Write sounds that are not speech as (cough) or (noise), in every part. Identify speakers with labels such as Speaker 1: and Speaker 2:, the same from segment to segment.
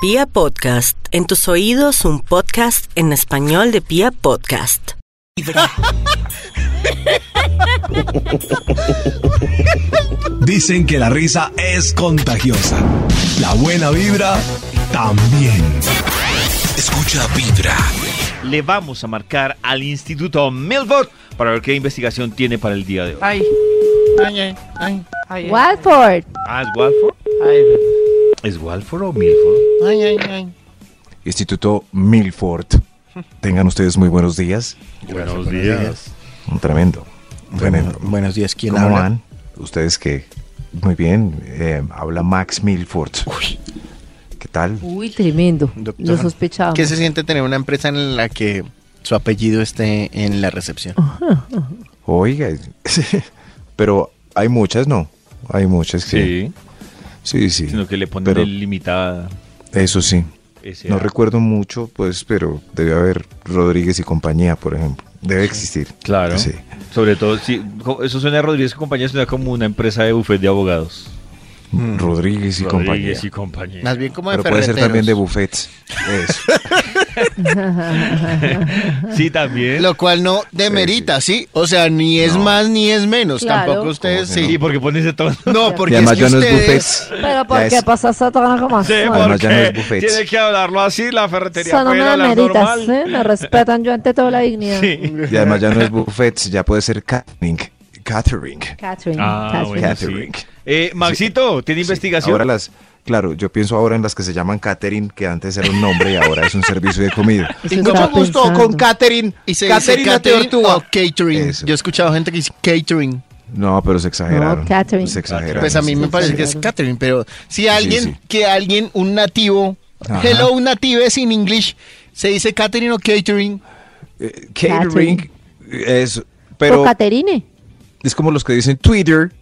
Speaker 1: Pia Podcast, en tus oídos un podcast en español de Pia Podcast.
Speaker 2: (laughs) Dicen que la risa es contagiosa. La buena vibra también. Escucha Vibra.
Speaker 3: le vamos a marcar al Instituto Milford para ver qué investigación tiene para el día de hoy.
Speaker 4: Ay, ay, ay, ay, ay,
Speaker 5: Watford.
Speaker 3: Ah, ¿es Walford?
Speaker 4: ay,
Speaker 3: ¿Es Walford o Milford?
Speaker 4: ay, ay, ay.
Speaker 6: Instituto Milford. Tengan ustedes muy buenos días.
Speaker 3: Buenos días.
Speaker 6: Tremendo. Tremendo.
Speaker 4: Buenos días, ¿quién
Speaker 6: ¿Cómo
Speaker 4: habla?
Speaker 6: van? ¿Ustedes qué? Muy bien. eh, habla Max Milford. ¿Qué tal?
Speaker 5: Uy, tremendo.
Speaker 4: Doctor.
Speaker 5: Lo sospechábamos.
Speaker 4: ¿Qué se siente tener una empresa en la que su apellido esté en la recepción?
Speaker 6: Oiga, (laughs) pero hay muchas, ¿no? Hay muchas
Speaker 3: Sí,
Speaker 6: que... Sí, sí.
Speaker 3: sino que le ponen
Speaker 6: Pero-
Speaker 3: el limitada.
Speaker 6: Eso sí.
Speaker 3: ese-
Speaker 6: No recuerdo mucho, pues, pero debe haber Rodríguez y compañía, por ejemplo. Debe existir.
Speaker 3: Claro.
Speaker 6: Sí.
Speaker 3: Sobre todo, sí, co- eso suena a Rodríguez y compañía, suena como una empresa de buffet de abogados.
Speaker 6: Rodríguez y compañía.
Speaker 3: Mm. Rodríguez y compañía.
Speaker 4: Más bien como de
Speaker 6: Pero puede ser
Speaker 4: ferreteros.
Speaker 6: también de buffets. Eso.
Speaker 3: Sí, también. (laughs)
Speaker 4: Lo cual no demerita, ¿sí? O sea, ni es
Speaker 6: No.
Speaker 4: más ni es menos.
Speaker 5: Claro.
Speaker 4: Tampoco ustedes,
Speaker 6: ¿Cómo que
Speaker 4: sí.
Speaker 3: Sí, porque ponen ese
Speaker 6: (laughs)
Speaker 3: tono.
Speaker 4: No, (laughs) porque
Speaker 6: y
Speaker 4: es
Speaker 6: además
Speaker 4: que
Speaker 6: yo no es
Speaker 4: ustedes...
Speaker 6: buffets.
Speaker 5: Pero
Speaker 6: Ya
Speaker 5: ¿por qué
Speaker 6: es-
Speaker 5: pasas a trabajar como
Speaker 3: Sí,
Speaker 5: así?
Speaker 6: Además, ya no es
Speaker 3: porque
Speaker 6: buffet.
Speaker 3: tiene que hablarlo así, la ferretería
Speaker 5: Eso no me
Speaker 3: fuera, la
Speaker 5: ameritas,
Speaker 3: normal.
Speaker 5: ¿eh? Me respetan yo ante toda la dignidad.
Speaker 3: Sí.
Speaker 6: Y además ya no es buffets, ya puede ser catering. Catering.
Speaker 5: Catherine.
Speaker 3: Ah,
Speaker 5: Catherine.
Speaker 3: bueno, sí.
Speaker 6: Catering.
Speaker 3: Eh, Maxito, ¿tiene investigación?
Speaker 6: Ahora las, claro, yo pienso ahora en las que se llaman catering, que antes era un nombre y ahora es un servicio
Speaker 4: (laughs)
Speaker 6: de comida.
Speaker 5: Eso
Speaker 6: Y
Speaker 5: estaba
Speaker 6: mucho gusto
Speaker 5: pensando.
Speaker 6: con catering.
Speaker 4: Y se dice
Speaker 6: Caterina
Speaker 4: catering
Speaker 6: Teortúa.
Speaker 4: o catering.
Speaker 6: Eso.
Speaker 4: Yo he escuchado gente que dice catering.
Speaker 6: No, pero se exageraron.
Speaker 5: No, catering.
Speaker 6: Se exageraron.
Speaker 4: Pues a mí me parece que es catering, pero si alguien,
Speaker 6: sí.
Speaker 4: que alguien, un nativo,
Speaker 6: Ajá.
Speaker 4: hello, un native sin English, se dice catering o catering.
Speaker 6: Eh, catering es, pero
Speaker 5: O Caterine.
Speaker 6: es como los que dicen Twitter,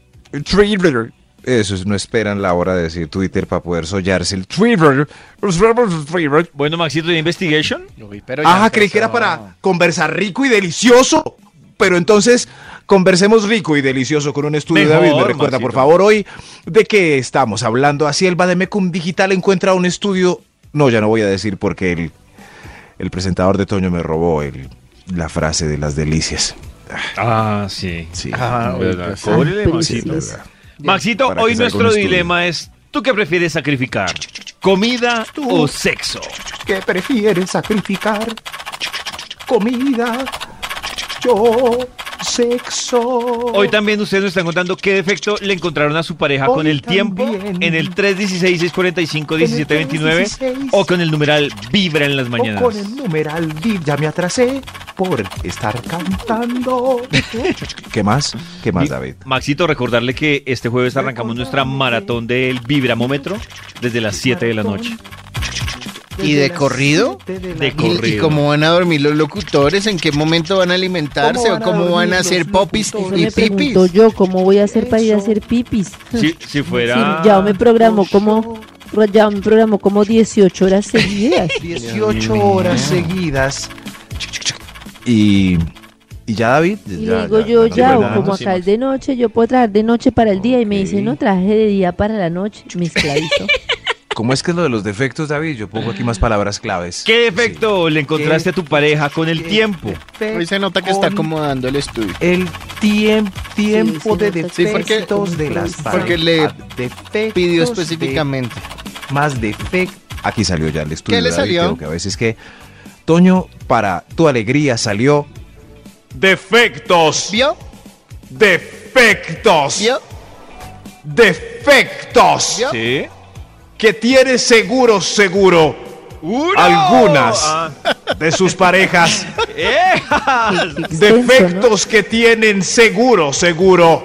Speaker 6: Twitter. Eso es, no esperan la hora de decir Twitter para poder sollarse el Twitter. Twitter.
Speaker 3: Bueno, Maxito, ¿tiene investigation?
Speaker 6: Ajá, creí que era para conversar rico y delicioso. Pero entonces, conversemos rico y delicioso con un estudio.
Speaker 3: Mejor,
Speaker 6: David, me recuerda, por
Speaker 3: Maxito.
Speaker 6: favor, hoy de qué estamos hablando. Así el Bademecum Digital encuentra un estudio. No, ya no voy a decir porque el, el presentador de Toño me robó el- la frase de las delicias.
Speaker 3: Ah, sí.
Speaker 6: Sí. Ah,
Speaker 4: Ajá, oye,
Speaker 3: ¿Verdad?
Speaker 4: pues,
Speaker 3: Cóbrele,
Speaker 5: Pero sí,
Speaker 3: Maxito.
Speaker 5: es-
Speaker 3: Maxito,
Speaker 6: Para que
Speaker 3: hoy
Speaker 6: salga un
Speaker 3: nuestro
Speaker 6: estudio.
Speaker 3: dilema es, ¿tú qué prefieres sacrificar? ¿Comida o sexo?
Speaker 6: ¿Qué prefieres sacrificar? Comida. Yo. Sexo.
Speaker 3: Hoy también ustedes nos están contando qué defecto le encontraron a su pareja con
Speaker 6: Hoy
Speaker 3: el tiempo
Speaker 6: también.
Speaker 3: en el 316-645-1729
Speaker 6: 316.
Speaker 3: o con el numeral Vibra en las mañanas.
Speaker 6: O con el numeral VIP ya me atrasé por estar cantando. ¿Qué más? ¿Qué más,
Speaker 3: Y-
Speaker 6: David?
Speaker 3: Maxito, recordarle que este jueves arrancamos nuestra maratón del vibramómetro desde las 7 de la noche.
Speaker 4: ¿Y de corrido?
Speaker 3: De
Speaker 4: ¿Y, y
Speaker 3: corrido.
Speaker 4: cómo van a dormir los locutores? ¿En qué momento van a alimentarse? ¿O cómo van a hacer popis
Speaker 5: Eso
Speaker 4: y
Speaker 5: me
Speaker 4: pipis?
Speaker 5: pregunto yo, ¿cómo voy a hacer para ir a hacer pipis?
Speaker 3: Si, si fuera...
Speaker 5: Sí, ya me programó como... Ya me programó como 18 horas seguidas.
Speaker 6: 18 horas seguidas. Ah. Y, y ya, David.
Speaker 5: Y le digo yo,
Speaker 3: ya,
Speaker 5: ya,
Speaker 3: no,
Speaker 5: o
Speaker 3: no,
Speaker 5: como
Speaker 3: sí,
Speaker 5: acá es
Speaker 3: Maxi.
Speaker 5: de noche, yo puedo trabajar de noche para el día. Y me dice,
Speaker 6: Ok.
Speaker 5: no, traje de día para la noche. Me esclavizo.
Speaker 6: ¿Cómo es que es lo de los defectos, David? Yo pongo aquí más palabras claves.
Speaker 3: ¿Qué defecto le encontraste a tu pareja con el tiempo?
Speaker 4: Hoy se nota que está acomodando el estudio.
Speaker 6: El
Speaker 5: tiempo de
Speaker 4: Sí, porque- defectos
Speaker 5: de las
Speaker 4: porque le Pidió
Speaker 6: Pues,
Speaker 4: específicamente.
Speaker 6: más defecto. Aquí salió ya el estudio.
Speaker 4: ¿Qué le
Speaker 6: David,
Speaker 4: salió?
Speaker 6: creo que a veces que Toño, para tu alegría salió
Speaker 7: Defectos.
Speaker 4: ¿Vio?
Speaker 7: Defectos.
Speaker 4: ¿Vio?
Speaker 7: Defectos.
Speaker 4: ¿Vio?
Speaker 3: Sí.
Speaker 7: Que tiene seguro, seguro. Algunas
Speaker 4: Ah.
Speaker 7: de sus
Speaker 4: (laughs)
Speaker 7: parejas. Defectos que tienen seguro, seguro.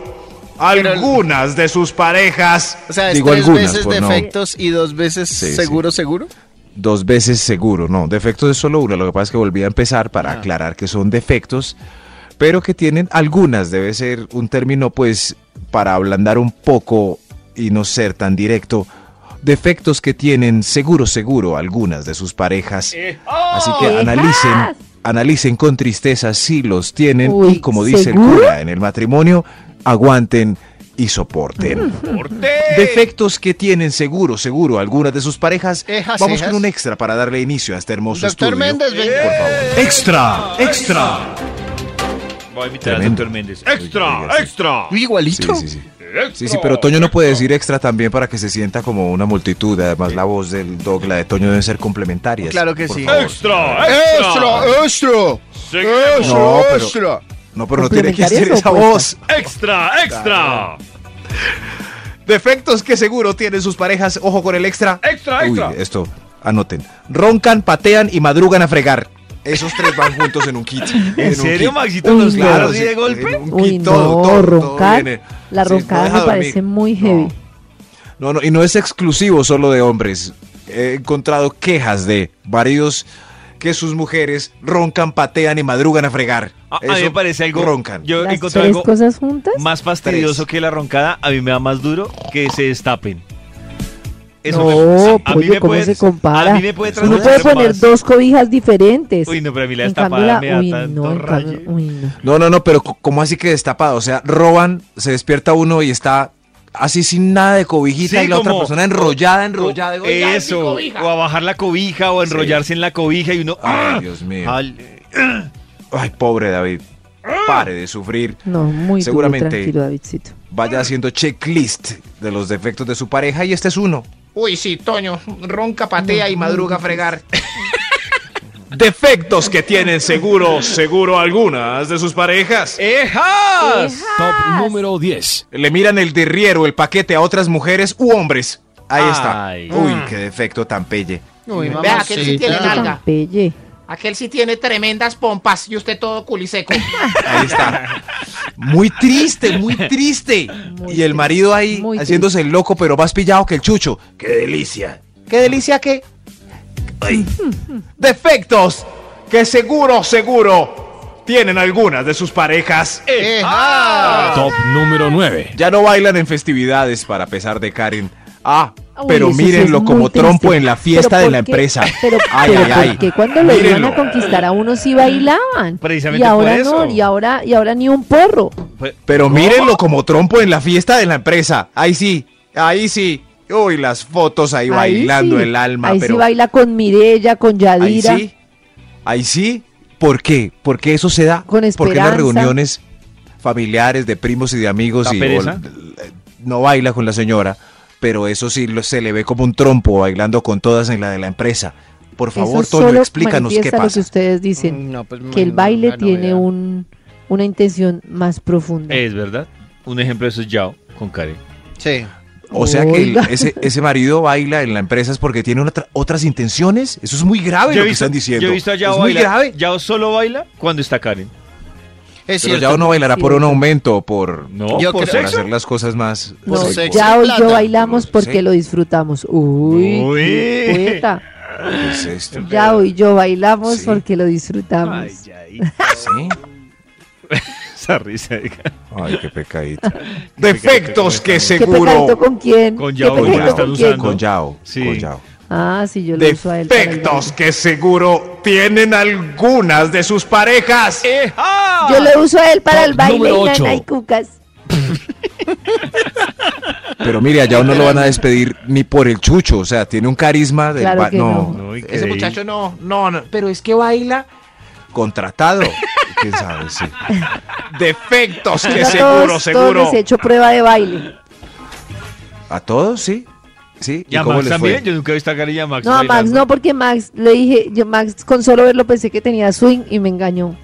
Speaker 4: Pero-
Speaker 7: Algunas de sus parejas.
Speaker 4: O sea, es
Speaker 6: Digo
Speaker 4: tres
Speaker 6: algunas,
Speaker 4: veces
Speaker 6: por no-
Speaker 4: defectos y dos veces
Speaker 6: Sí, Pues, sí.
Speaker 4: seguro, seguro.
Speaker 6: dos veces seguro. No, defectos es solo uno. Lo que pasa es que volví a empezar para aclarar que son defectos, pero que tienen algunas. Debe ser un término, pues, para ablandar un poco y no ser tan directo. Defectos que tienen seguro, seguro algunas de sus parejas. Así que
Speaker 5: ¡Hijas!
Speaker 6: analicen, analicen con tristeza si los tienen
Speaker 5: Uy,
Speaker 6: y como dice
Speaker 5: ¿seguro?
Speaker 6: el cura en el matrimonio, aguanten y soporten.
Speaker 3: ¡Corte!
Speaker 6: Defectos que tienen seguro, seguro, algunas de sus parejas.
Speaker 4: Ejas,
Speaker 6: Vamos
Speaker 4: ejas.
Speaker 6: con un extra para darle inicio a este hermoso
Speaker 4: Doctor
Speaker 6: estudio.
Speaker 4: Méndez, venga.
Speaker 6: Por favor.
Speaker 2: Extra, extra.
Speaker 3: Voy a invitar al
Speaker 6: Tremendo.
Speaker 3: doctor Méndez.
Speaker 6: Oiga, oiga,
Speaker 3: ¡Extra!
Speaker 6: sí.
Speaker 3: ¡Extra!
Speaker 4: Uy,
Speaker 6: Sí,
Speaker 4: igualito.
Speaker 6: sí, sí. Sí, sí, pero Toño no puede decir extra también para que se sienta como una multitud. Además, la voz del Doc, la de Toño, deben ser complementarias.
Speaker 4: Claro que
Speaker 6: Por
Speaker 4: sí.
Speaker 6: favor.
Speaker 3: ¡Extra! ¡Extra!
Speaker 4: Extra, Eh. extra.
Speaker 3: Seguimos.
Speaker 4: Extra,
Speaker 6: No, pero-
Speaker 4: extra.
Speaker 6: No, pero no tiene que hacer
Speaker 5: ¿Complementarias o
Speaker 6: esa voz.
Speaker 5: opuestas?
Speaker 3: ¡Extra! ¡Extra!
Speaker 6: Defectos que seguro tienen sus parejas. Ojo con el extra.
Speaker 3: ¡Extra!
Speaker 6: Uy,
Speaker 3: ¡Extra!
Speaker 6: esto, anoten. Roncan, patean y madrugan a fregar. Esos tres van juntos en un kit.
Speaker 3: (laughs) ¿En
Speaker 6: un
Speaker 3: serio,
Speaker 6: kit.
Speaker 3: Maxito?
Speaker 5: Uy,
Speaker 3: ¿Nos
Speaker 5: no.
Speaker 3: quedaron así
Speaker 6: sí,
Speaker 3: de golpe?
Speaker 6: en un
Speaker 5: Uy,
Speaker 6: kit,
Speaker 5: no,
Speaker 6: todo, todo, todo
Speaker 5: roncar.
Speaker 6: viene.
Speaker 5: la
Speaker 6: Sí, no
Speaker 5: roncada
Speaker 6: deja
Speaker 5: me
Speaker 6: dormir.
Speaker 5: parece muy
Speaker 6: No.
Speaker 5: heavy.
Speaker 6: No, no, y no es exclusivo solo de hombres. He encontrado quejas de varios que sus mujeres roncan, patean y madrugan a fregar.
Speaker 3: A, a mí
Speaker 6: Eso,
Speaker 3: me parece algo.
Speaker 6: Roncan.
Speaker 3: Yo
Speaker 5: ¿Las
Speaker 3: encontré
Speaker 5: tres
Speaker 3: algo
Speaker 5: cosas juntas?
Speaker 3: más fastidioso que la roncada. A mí me da más duro que se destapen.
Speaker 5: No,
Speaker 3: pues, me-
Speaker 5: pollo, ¿cómo se compara?
Speaker 3: A mí me puede
Speaker 5: Uno puede
Speaker 3: trasnochar
Speaker 5: poner
Speaker 3: más.
Speaker 5: dos cobijas diferentes.
Speaker 3: Uy, no, pero a mí la
Speaker 5: En cambio,
Speaker 3: destapada
Speaker 5: la-
Speaker 3: me da
Speaker 5: uy,
Speaker 3: tanto
Speaker 5: no, en cambio-
Speaker 3: raye.
Speaker 5: uy, no.
Speaker 6: No, no, no, pero co- ¿cómo así que destapado? O sea, roban, se despierta uno y está así sin nada de cobijita
Speaker 3: Sí,
Speaker 6: y la otra
Speaker 3: como- Oh,
Speaker 6: persona enrollada, enrollada. digo, "Ay,
Speaker 3: Eso, o a bajar la cobija, o a enrollarse en la cobija y uno. ¡ah!
Speaker 6: Ay, Dios mío. Ay, pobre David.
Speaker 3: Ah.
Speaker 6: Pare de sufrir.
Speaker 5: No, muy
Speaker 6: Seguramente.
Speaker 5: Seguramente. tranquilo, Davidcito.
Speaker 6: Vaya haciendo checklist de los defectos de su pareja y este es uno.
Speaker 7: Uy, sí, Toño, ronca, patea y madruga a (laughs) fregar.
Speaker 6: Defectos que
Speaker 7: Tienen seguro, seguro algunas de sus parejas.
Speaker 3: ¡Ejas!
Speaker 8: Top
Speaker 4: Ah,
Speaker 8: número 10.
Speaker 6: le miran el derriero, el paquete a otras mujeres u hombres. Ahí
Speaker 3: Ay.
Speaker 6: está. Uy, qué defecto tan pelle.
Speaker 4: Uy,
Speaker 9: Vea que él sí tiene
Speaker 5: Qué
Speaker 4: mamacita.
Speaker 9: nalga.
Speaker 5: Campelle.
Speaker 9: Aquel sí tiene tremendas pompas y usted todo culiseco.
Speaker 6: Ahí está. Muy triste, muy triste.
Speaker 5: Muy
Speaker 6: y el
Speaker 5: triste,
Speaker 6: marido ahí
Speaker 5: muy
Speaker 6: haciéndose el loco, pero más pillado que el chucho. ¡Qué delicia!
Speaker 7: ¡Qué delicia que!
Speaker 5: (laughs)
Speaker 7: Ay. Defectos que seguro, seguro tienen algunas de sus parejas.
Speaker 4: Eja.
Speaker 8: Top número 9.
Speaker 6: Ya no bailan en festividades para pesar de Karen. Ah,
Speaker 5: Uy,
Speaker 6: pero
Speaker 5: eso sí es
Speaker 6: mírenlo
Speaker 5: muy
Speaker 6: como
Speaker 5: triste.
Speaker 6: trompo en la fiesta
Speaker 5: ¿Pero
Speaker 6: de
Speaker 5: por
Speaker 6: la
Speaker 5: qué?
Speaker 6: empresa.
Speaker 5: Pero,
Speaker 6: ay,
Speaker 5: pero
Speaker 6: ay,
Speaker 5: ¿por
Speaker 6: ay.
Speaker 5: qué cuando lo iban
Speaker 6: Mírenlo.
Speaker 5: a conquistar a uno sí bailaban?
Speaker 3: Precisamente
Speaker 5: y ahora
Speaker 3: por eso.
Speaker 5: no, y ahora, y ahora ni un porro.
Speaker 6: Pero mírenlo como trompo en la fiesta de la empresa. Ahí sí, ahí sí. Uy, las fotos ahí,
Speaker 5: Ahí
Speaker 6: bailando
Speaker 5: sí.
Speaker 6: el alma.
Speaker 5: Ahí
Speaker 6: pero
Speaker 5: sí baila con Mirella, con
Speaker 6: ahí
Speaker 5: Yadira.
Speaker 6: sí. Ahí sí. ¿Por qué? Porque eso se da.
Speaker 5: Con
Speaker 6: Porque en las
Speaker 5: esperanza.
Speaker 6: reuniones familiares de primos y de amigos
Speaker 3: ¿Da
Speaker 6: y
Speaker 3: pereza?
Speaker 6: o- no baila con la señora, pero eso sí lo- se le ve como un trompo bailando con todas en la de la empresa. Por favor,
Speaker 5: Eso
Speaker 6: Toño,
Speaker 5: solo
Speaker 6: explícanos qué
Speaker 5: manifiesta lo que
Speaker 6: pasa.
Speaker 5: ustedes dicen.
Speaker 4: No, pues,
Speaker 5: que el
Speaker 4: no,
Speaker 5: baile
Speaker 4: la
Speaker 5: tiene
Speaker 4: novedad.
Speaker 5: un, una intención más profunda.
Speaker 3: Es verdad. Un ejemplo de eso es Yao con Karen.
Speaker 4: Sí.
Speaker 6: O sea que el-
Speaker 5: Oiga.
Speaker 6: ese, ese marido baila en la empresa es porque tiene otra- otras intenciones. Eso es muy grave Ah, lo que están diciendo.
Speaker 3: yo he visto a Yao
Speaker 6: es muy
Speaker 3: bailar.
Speaker 6: grave.
Speaker 3: Yao solo baila cuando está Karen.
Speaker 4: Es
Speaker 6: Pero
Speaker 4: cierto.
Speaker 6: ya no bailará por
Speaker 5: Sí.
Speaker 6: un aumento, o por,
Speaker 3: No,
Speaker 4: Yo
Speaker 3: por
Speaker 6: por
Speaker 4: creo-
Speaker 3: sexo.
Speaker 6: hacer las cosas más.
Speaker 5: No,
Speaker 4: por
Speaker 6: sí,
Speaker 4: sexo.
Speaker 5: ya hoy yo
Speaker 4: plata.
Speaker 5: bailamos porque
Speaker 6: Sí.
Speaker 5: lo disfrutamos. Uy,
Speaker 3: Uy.
Speaker 5: qué poeta.
Speaker 6: ¿qué es esto?
Speaker 5: Ya hoy yo bailamos
Speaker 6: Sí.
Speaker 5: porque lo disfrutamos.
Speaker 3: (laughs) Ay, ya, ahí.
Speaker 6: Sí.
Speaker 3: Esa risa. de Karen.
Speaker 6: Ay,
Speaker 3: (laughs)
Speaker 6: qué pecadito.
Speaker 7: Defectos que
Speaker 5: ¿Qué pecadito
Speaker 7: seguro.
Speaker 5: con quién?
Speaker 3: Con
Speaker 5: ¿Qué
Speaker 3: Yao,
Speaker 6: Con
Speaker 3: Oye,
Speaker 5: pecadito
Speaker 3: lo están
Speaker 5: con
Speaker 6: Yao,
Speaker 3: usando.
Speaker 5: quién?
Speaker 6: con Yao,
Speaker 3: Sí.
Speaker 6: con Yao.
Speaker 5: Ah, sí, yo lo uso a él. para
Speaker 7: Defectos que seguro tienen algunas de sus parejas.
Speaker 3: Eh,
Speaker 5: el baile. Yo lo uso a él para el
Speaker 8: Top
Speaker 5: baile
Speaker 8: número
Speaker 5: y
Speaker 8: ocho.
Speaker 5: nana y cucas.
Speaker 6: Pero mire, a Yao no lo van a despedir ni por el chucho. O sea, tiene un carisma del
Speaker 5: Claro
Speaker 6: ba-
Speaker 5: que
Speaker 6: no,
Speaker 5: no.
Speaker 3: Ese muchacho
Speaker 4: Yo no, no, no.
Speaker 9: Pero es que baila.
Speaker 6: contratado. ¿Quién sabe? Sí.
Speaker 7: Defectos que
Speaker 5: Yo a
Speaker 7: seguro,
Speaker 5: todos, Todos
Speaker 7: seguro.
Speaker 5: les he hecho prueba de baile.
Speaker 6: ¿A todos? Sí. Sí.
Speaker 3: ¿Y a Max también? Yo nunca he visto a Karen y a Max
Speaker 6: Pues
Speaker 5: No, a Max
Speaker 3: bailando.
Speaker 5: no, porque Max le dije, yo Max con solo verlo pensé que tenía swing y me engañó.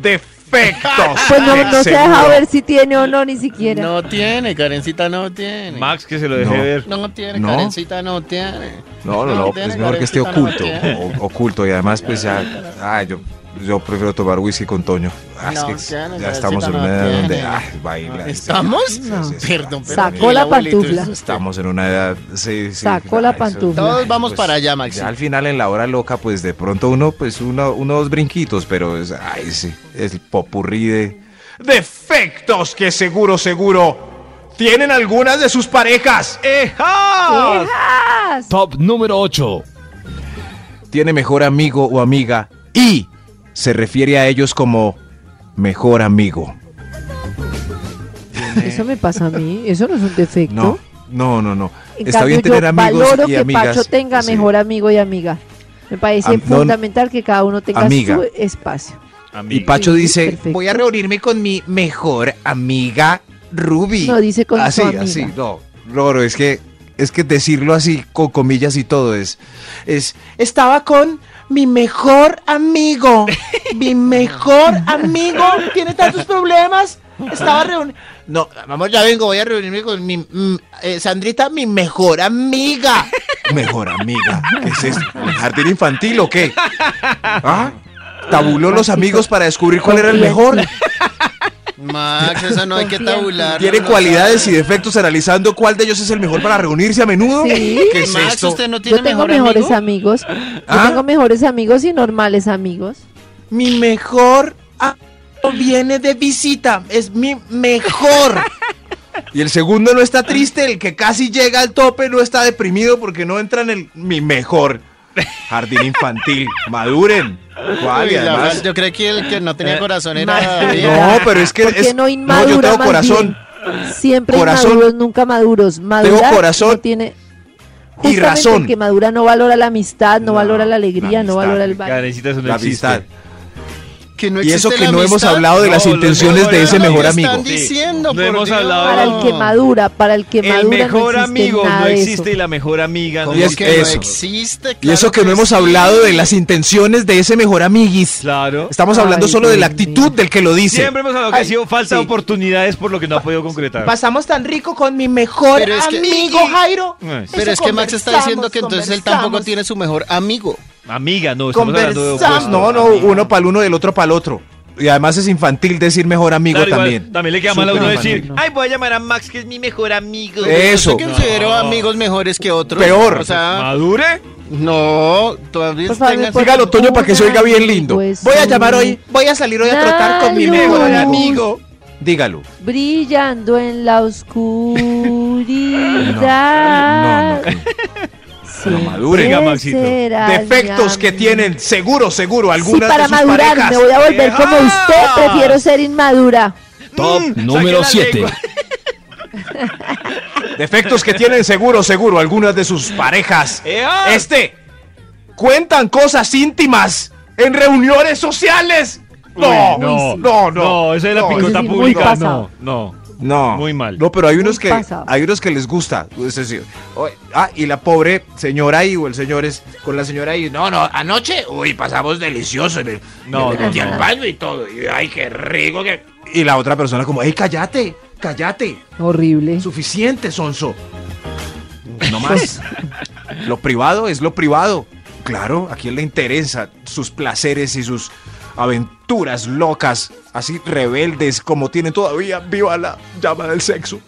Speaker 7: Defectos.
Speaker 6: Ah,
Speaker 5: Pues no,
Speaker 7: que
Speaker 5: no se ha
Speaker 7: seguro
Speaker 5: dejado ver si tiene o no, ni siquiera.
Speaker 4: No tiene, Karencita no tiene.
Speaker 3: (laughs) Max que se lo deje
Speaker 6: No.
Speaker 3: ver.
Speaker 4: No tiene,
Speaker 6: No.
Speaker 4: Karencita no tiene.
Speaker 6: No, no, no,
Speaker 4: tiene
Speaker 6: es mejor que esté
Speaker 4: Karencita, no
Speaker 6: oculto,
Speaker 4: tiene.
Speaker 6: o- oculto y además pues ya, ah, yo, yo prefiero tomar whisky con Toño. Ah, es
Speaker 4: No
Speaker 6: que
Speaker 4: tiene,
Speaker 6: ya estamos en
Speaker 4: Karencita,
Speaker 6: una
Speaker 4: no
Speaker 6: edad donde,
Speaker 4: tiene.
Speaker 6: ah, baila.
Speaker 4: ¿Estamos?
Speaker 6: Sí, sí,
Speaker 4: (laughs) Perdón,
Speaker 6: sí, sí,
Speaker 4: pero
Speaker 6: sí,
Speaker 5: Sacó
Speaker 4: el
Speaker 5: la
Speaker 4: abuelito
Speaker 5: pantufla.
Speaker 4: es-
Speaker 6: Estamos en una edad, sí, sí.
Speaker 5: Sacó la
Speaker 6: ah, eso-
Speaker 5: pantufla.
Speaker 4: Todos vamos
Speaker 6: pues,
Speaker 4: para allá, Maxi.
Speaker 6: Ya al final en la hora loca, pues de pronto uno, pues uno, unos brinquitos, pero es, ay, sí, es el popurrí de...
Speaker 7: defectos que seguro, seguro tienen algunas de sus parejas. ¡Eja!
Speaker 5: ¡Hijas!
Speaker 8: Top número 8.
Speaker 6: Tiene mejor amigo o amiga y se refiere a ellos como mejor amigo.
Speaker 5: Eso me pasa a mí. Eso no es un defecto.
Speaker 6: No, no, no, no.
Speaker 5: En
Speaker 6: Está
Speaker 5: cambio,
Speaker 6: bien tener
Speaker 5: yo
Speaker 6: amigos
Speaker 5: valoro
Speaker 6: y
Speaker 5: que
Speaker 6: amigas.
Speaker 5: Pacho tenga
Speaker 6: sí.
Speaker 5: mejor amigo y amiga. Me parece
Speaker 6: Am- no,
Speaker 5: fundamental que cada uno tenga
Speaker 6: amiga.
Speaker 5: su espacio.
Speaker 6: Y
Speaker 3: Amiga.
Speaker 6: Pacho
Speaker 5: Sí,
Speaker 6: dice,
Speaker 5: perfecto.
Speaker 6: voy a reunirme con mi mejor amiga Ruby.
Speaker 5: No, dice con su
Speaker 6: así,
Speaker 5: amiga.
Speaker 6: así, no. Loro, es que es que decirlo así con comillas y todo es es
Speaker 10: Estaba con mi mejor amigo.
Speaker 5: (laughs)
Speaker 10: mi mejor amigo tiene tantos problemas. Estaba reunido.
Speaker 4: No, vamos, ya vengo, voy a reunirme con mi mm, eh, Sandrita, mi mejor amiga.
Speaker 6: mejor amiga. ¿Qué es esto? ¿El jardín infantil o qué? ¿Ah? Tabuló los amigos para descubrir cuál era el mejor.
Speaker 4: Max, eso no hay que
Speaker 5: Confía en ti.
Speaker 4: tabular. (laughs)
Speaker 6: Tiene cualidades y defectos analizando cuál de ellos es el mejor para reunirse a menudo.
Speaker 5: Sí.
Speaker 6: ¿Qué es
Speaker 4: Max,
Speaker 6: esto?
Speaker 4: usted no tiene
Speaker 5: Yo tengo
Speaker 4: mejor
Speaker 5: mejores
Speaker 4: amigo?
Speaker 5: amigos.
Speaker 6: ¿Ah?
Speaker 5: Yo tengo mejores amigos y normales amigos.
Speaker 10: Mi mejor amigo viene de visita. Es mi mejor.
Speaker 6: Y el segundo no está triste, el que casi llega al tope no está deprimido porque no entra en el mi mejor jardín infantil. Maduren. ¿Cuál?
Speaker 4: Uy,
Speaker 6: Ah, Y
Speaker 4: la
Speaker 6: además-
Speaker 4: verdad, yo creía que el que no tenía corazón era.
Speaker 5: Eh, Max,
Speaker 4: David.
Speaker 6: no, pero es que
Speaker 5: ¿Por qué
Speaker 6: es-
Speaker 5: no
Speaker 6: no,
Speaker 5: inmadura
Speaker 6: yo tengo
Speaker 5: más
Speaker 6: corazón
Speaker 5: bien? Siempre
Speaker 6: Corazón.
Speaker 5: inmaduros, nunca maduros. Madurar
Speaker 6: corazón
Speaker 5: no tiene...
Speaker 6: y
Speaker 5: Justamente
Speaker 6: razón.
Speaker 5: el que madura no valora la amistad, no,
Speaker 6: No,
Speaker 5: valora la alegría,
Speaker 6: la
Speaker 5: no
Speaker 6: amistad,
Speaker 5: valora el
Speaker 3: Ya,
Speaker 5: baile.
Speaker 3: necesitas un
Speaker 6: la amistad.
Speaker 4: Que no
Speaker 6: Y eso
Speaker 4: existe
Speaker 6: que
Speaker 4: la
Speaker 6: no hemos
Speaker 4: amistad.
Speaker 6: hablado de
Speaker 3: No,
Speaker 6: las
Speaker 3: lo-
Speaker 6: intenciones
Speaker 3: no,
Speaker 6: de
Speaker 3: no,
Speaker 6: ese
Speaker 3: no,
Speaker 6: mejor
Speaker 3: no,
Speaker 6: amigo.
Speaker 4: Están diciendo,
Speaker 3: No
Speaker 4: por
Speaker 3: hemos
Speaker 4: Dios.
Speaker 3: hablado
Speaker 5: Para el que madura, para el que madura
Speaker 3: El mejor
Speaker 5: no existe
Speaker 3: amigo
Speaker 5: nada
Speaker 3: no
Speaker 5: de eso.
Speaker 3: existe y la mejor amiga no
Speaker 4: ¿Cómo
Speaker 6: Y es-
Speaker 3: existe.
Speaker 4: que no
Speaker 6: eso.
Speaker 4: existe?
Speaker 6: Y eso
Speaker 4: Claro
Speaker 6: que no hemos
Speaker 4: sí.
Speaker 6: hablado de las intenciones de ese mejor amiguis.
Speaker 3: Claro.
Speaker 6: Estamos hablando
Speaker 5: Ay,
Speaker 6: solo de la
Speaker 5: Dios
Speaker 6: actitud
Speaker 5: mío.
Speaker 6: del que lo dice.
Speaker 3: Siempre hemos hablado que ha
Speaker 10: Ay,
Speaker 3: sido falsa
Speaker 10: sí.
Speaker 3: de oportunidades por lo que no ha podido concretar.
Speaker 10: Pasamos tan rico con mi mejor
Speaker 4: Pero es que-
Speaker 10: amigo,
Speaker 4: y- Eh.
Speaker 10: Jairo.
Speaker 3: Ay,
Speaker 10: Eso
Speaker 4: Pero es que Max está
Speaker 10: conversamos,
Speaker 4: diciendo que entonces él tampoco
Speaker 10: conversamos.
Speaker 4: tiene su mejor amigo.
Speaker 3: Amiga, no, estamos hablando de
Speaker 10: Conversamos.
Speaker 3: opuestos.
Speaker 6: No, no,
Speaker 3: Amiga.
Speaker 6: uno para el uno del otro para el otro. Y además es infantil decir mejor amigo
Speaker 3: Claro, igual,
Speaker 6: también.
Speaker 3: también le queda mal a uno
Speaker 6: Súper
Speaker 3: decir,
Speaker 5: infantil.
Speaker 3: ay, voy a llamar a Max, que es mi mejor amigo.
Speaker 6: Eso.
Speaker 4: Yo considero amigos mejores que otros.
Speaker 6: Peor.
Speaker 4: O sea,
Speaker 3: "Ah, ¿Madure?
Speaker 4: no, todavía
Speaker 9: Pues,
Speaker 5: Por favor,
Speaker 4: tengas-
Speaker 5: por-
Speaker 6: Dígalo, Toño, para que se oiga bien lindo.
Speaker 5: Pues,
Speaker 10: Voy a
Speaker 5: no.
Speaker 10: llamar hoy, voy a salir hoy a trotar con mi
Speaker 5: Ay,
Speaker 10: mejor
Speaker 5: no.
Speaker 10: amigo.
Speaker 6: Dígalo.
Speaker 5: Brillando en la oscuridad. Siempre
Speaker 6: madure.
Speaker 3: Venga, Maxito.
Speaker 5: será
Speaker 7: Defectos
Speaker 5: mi
Speaker 7: que
Speaker 5: amigo.
Speaker 7: tienen seguro, seguro
Speaker 5: Si
Speaker 7: algunas
Speaker 5: para
Speaker 7: de sus
Speaker 5: madurar
Speaker 7: parejas.
Speaker 5: me voy a volver como usted, prefiero ser inmadura.
Speaker 8: Top
Speaker 3: Mm,
Speaker 8: número 7.
Speaker 7: Defectos que tienen seguro, seguro algunas de sus parejas.
Speaker 3: ¡Ea!
Speaker 7: Este, cuentan cosas íntimas en reuniones sociales. No, no, no,
Speaker 3: No, eso es la
Speaker 7: no,
Speaker 3: picota
Speaker 5: eso sí, muy
Speaker 3: pública. No,
Speaker 5: pasado.
Speaker 3: no.
Speaker 6: No.
Speaker 3: Muy mal.
Speaker 6: No, pero hay unos
Speaker 5: Muy
Speaker 6: que
Speaker 5: pasado.
Speaker 6: hay unos que les gusta. Es decir, oye, ah, y la pobre señora ahí o el señor es con la señora ahí. No,
Speaker 10: No, no, anoche, uy, pasamos delicioso. Me,
Speaker 3: No,
Speaker 10: me
Speaker 3: no,
Speaker 10: metí
Speaker 3: no.
Speaker 10: al baño y todo. Y, ay, qué rico que.
Speaker 6: y la otra persona como, "Ey, cállate, cállate,
Speaker 5: Horrible.
Speaker 6: suficiente, sonso." Pues, No más. lo privado es lo privado. Claro, a quién le interesa sus placeres y sus aventuras locas, así rebeldes como tienen todavía viva la llama del sexo.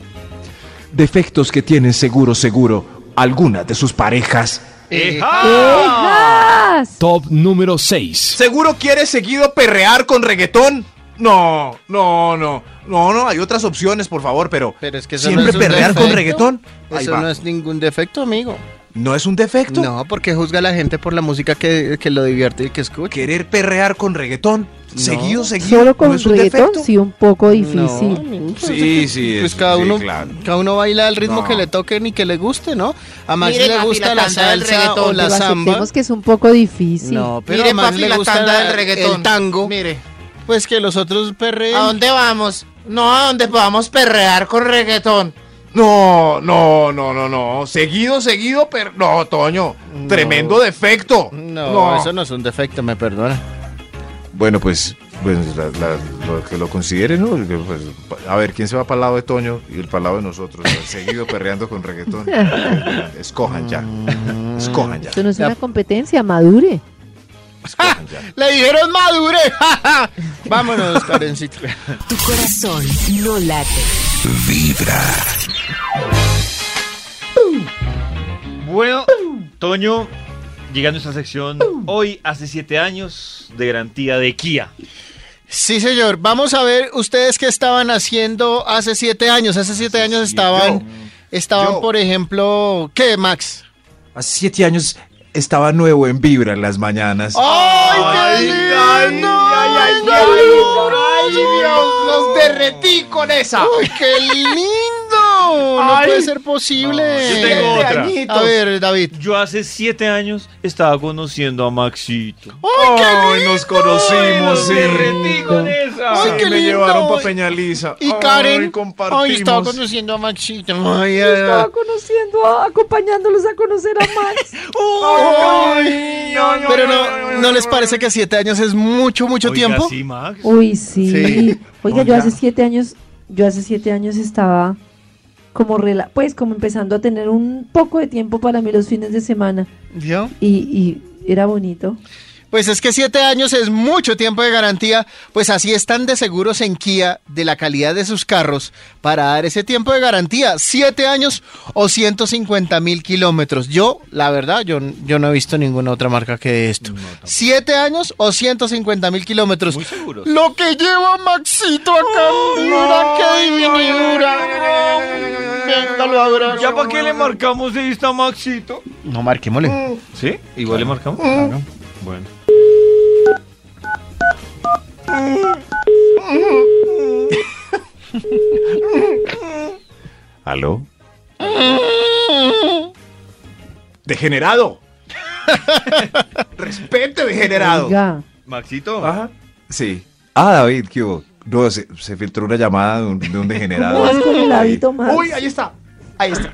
Speaker 6: Defectos que tienen seguro seguro algunas de sus parejas.
Speaker 4: Eh,
Speaker 3: Eh,
Speaker 4: Ah,
Speaker 3: ah.
Speaker 5: ¡Ejas!
Speaker 8: Top número 6.
Speaker 6: ¿Seguro quiere seguido perrear con reggaetón? No, no, no. No, no, hay otras opciones, por favor, pero,
Speaker 4: Pero es que eso no
Speaker 6: siempre
Speaker 4: es un
Speaker 6: perrear con
Speaker 4: defecto.
Speaker 6: reggaetón. Ahí
Speaker 4: Eso
Speaker 6: va.
Speaker 4: no es ningún defecto, amigo.
Speaker 6: ¿No es un defecto.
Speaker 4: No, porque juzga a la gente por la música que, que lo divierte y que escucha.
Speaker 6: Querer perrear con reggaetón.
Speaker 4: No.
Speaker 6: Seguido, seguido.
Speaker 5: Solo con
Speaker 6: ¿No es un
Speaker 5: reggaetón
Speaker 6: defecto?
Speaker 5: sí un poco
Speaker 4: No,
Speaker 5: difícil.
Speaker 4: ningún-
Speaker 6: Sí, sí,
Speaker 4: Pues
Speaker 6: eso,
Speaker 4: cada
Speaker 6: sí,
Speaker 4: uno,
Speaker 6: claro.
Speaker 4: cada uno baila al ritmo
Speaker 6: No.
Speaker 4: que le toquen y que le guste, ¿no? A Max
Speaker 9: Mire,
Speaker 4: le
Speaker 9: papi,
Speaker 4: gusta
Speaker 9: la
Speaker 4: la,
Speaker 9: tanda del
Speaker 4: salsa o
Speaker 9: reggaetón,
Speaker 4: la
Speaker 5: Pero
Speaker 4: samba.
Speaker 5: aceptemos que es un poco difícil.
Speaker 4: No, pero
Speaker 9: Mire,
Speaker 4: a Max
Speaker 9: papi,
Speaker 4: le
Speaker 9: la
Speaker 4: gusta
Speaker 9: tanda
Speaker 4: la-
Speaker 9: del reggaetón.
Speaker 4: el tango.
Speaker 9: Mire,
Speaker 4: Pues que los otros perreen.
Speaker 9: ¿a dónde vamos? No, ¿a dónde podamos perrear con reggaetón?
Speaker 7: No, no, no, no, no. Seguido, seguido, pero. No, Toño. Tremendo defecto.
Speaker 4: No, eso no es un defecto, me
Speaker 9: (laughs)
Speaker 4: perdona.
Speaker 6: Bueno, pues, bueno, la- la- lo que lo considere, ¿no? Porque, pues, pa- a ver, ¿quién se va para el lado de Toño y el para el lado de nosotros? Seguido perreando
Speaker 5: (laughs)
Speaker 6: con reggaetón. Escojan ya. Escojan ya.
Speaker 5: Esto Mm. no es
Speaker 4: La-
Speaker 5: una competencia, madure.
Speaker 6: Escojan ya.
Speaker 4: Le dijeron madure. ja, ja. Vámonos, Karencita.
Speaker 1: Tu corazón no late.
Speaker 3: Bueno, Toño, llegando a esta sección, hoy hace siete años de garantía de Kia.
Speaker 4: (laughs) Sí, señor. Vamos a ver ustedes qué estaban haciendo hace siete años. Hace siete años estaban, estaban,
Speaker 6: yo.
Speaker 4: por ejemplo, ¿qué, Max?
Speaker 6: Hace siete años estaba nuevo en Vibra en las mañanas.
Speaker 4: ¡Ay, qué lindo! ¡Ay, qué lindo!
Speaker 10: ¡Ay, Dios! ¡Los derretí con esa!
Speaker 4: ¡Ay, qué lindo! No
Speaker 10: Ay.
Speaker 4: puede ser posible.
Speaker 3: Yo tengo otra.
Speaker 10: añitos.
Speaker 4: A ver, David.
Speaker 3: Yo hace siete años estaba conociendo a Maxito.
Speaker 7: ¡Ay, nos conocimos! sí.
Speaker 3: esa!
Speaker 4: Ay,
Speaker 7: Ay,
Speaker 4: qué
Speaker 7: me
Speaker 4: lindo.
Speaker 7: llevaron para Peñaliza.
Speaker 4: Y
Speaker 6: Ah.
Speaker 4: Karen.
Speaker 7: compartimos.
Speaker 4: Ay, estaba conociendo a Maxito. Ay,
Speaker 5: Estaba conociendo, a- acompañándolos a conocer a Max.
Speaker 7: Ay, ay, ay,
Speaker 4: Pero
Speaker 7: ay,
Speaker 4: no,
Speaker 7: ay,
Speaker 4: ¿no
Speaker 7: ay,
Speaker 4: les
Speaker 7: ay.
Speaker 4: parece que siete años es mucho, mucho
Speaker 3: Oiga,
Speaker 4: tiempo?
Speaker 3: sí, Max.
Speaker 5: (laughs) Uy, sí.
Speaker 4: Sí.
Speaker 5: Oiga, yo hace siete años, yo hace siete años estaba como rela- pues como empezando a tener un poco de tiempo para mí los fines de semana
Speaker 4: ¿Vio?
Speaker 5: y, y era bonito.
Speaker 4: Pues es que siete años es mucho tiempo de garantía, pues así están de seguros en Kia de la calidad de sus carros para dar ese tiempo de garantía, siete años o 150 mil kilómetros. Yo, la verdad, yo, yo no he visto ninguna otra marca que de esto. siete años o 150 mil kilómetros.
Speaker 3: Muy seguros.
Speaker 4: Lo que lleva Maxito acá, mira qué divinidura. Venga, lo abrazo.
Speaker 3: ¿Ya para qué le marcamos de vista a Maxito?
Speaker 4: No, marquémosle.
Speaker 3: ¿Sí? ¿Igual le marcamos? Bueno.
Speaker 6: ¿Aló?
Speaker 7: ¡Degenerado! ¡Respete, degenerado!
Speaker 5: Oiga,
Speaker 3: Maxito,
Speaker 7: Ajá.
Speaker 6: Sí. Ah, David, ¿qué hubo? No, se, se filtró una llamada de un, de un
Speaker 5: ¿cómo vas
Speaker 6: degenerado.
Speaker 5: (laughs) con el hábito Max?
Speaker 7: ¡Uy, ahí está!
Speaker 4: Ahí está.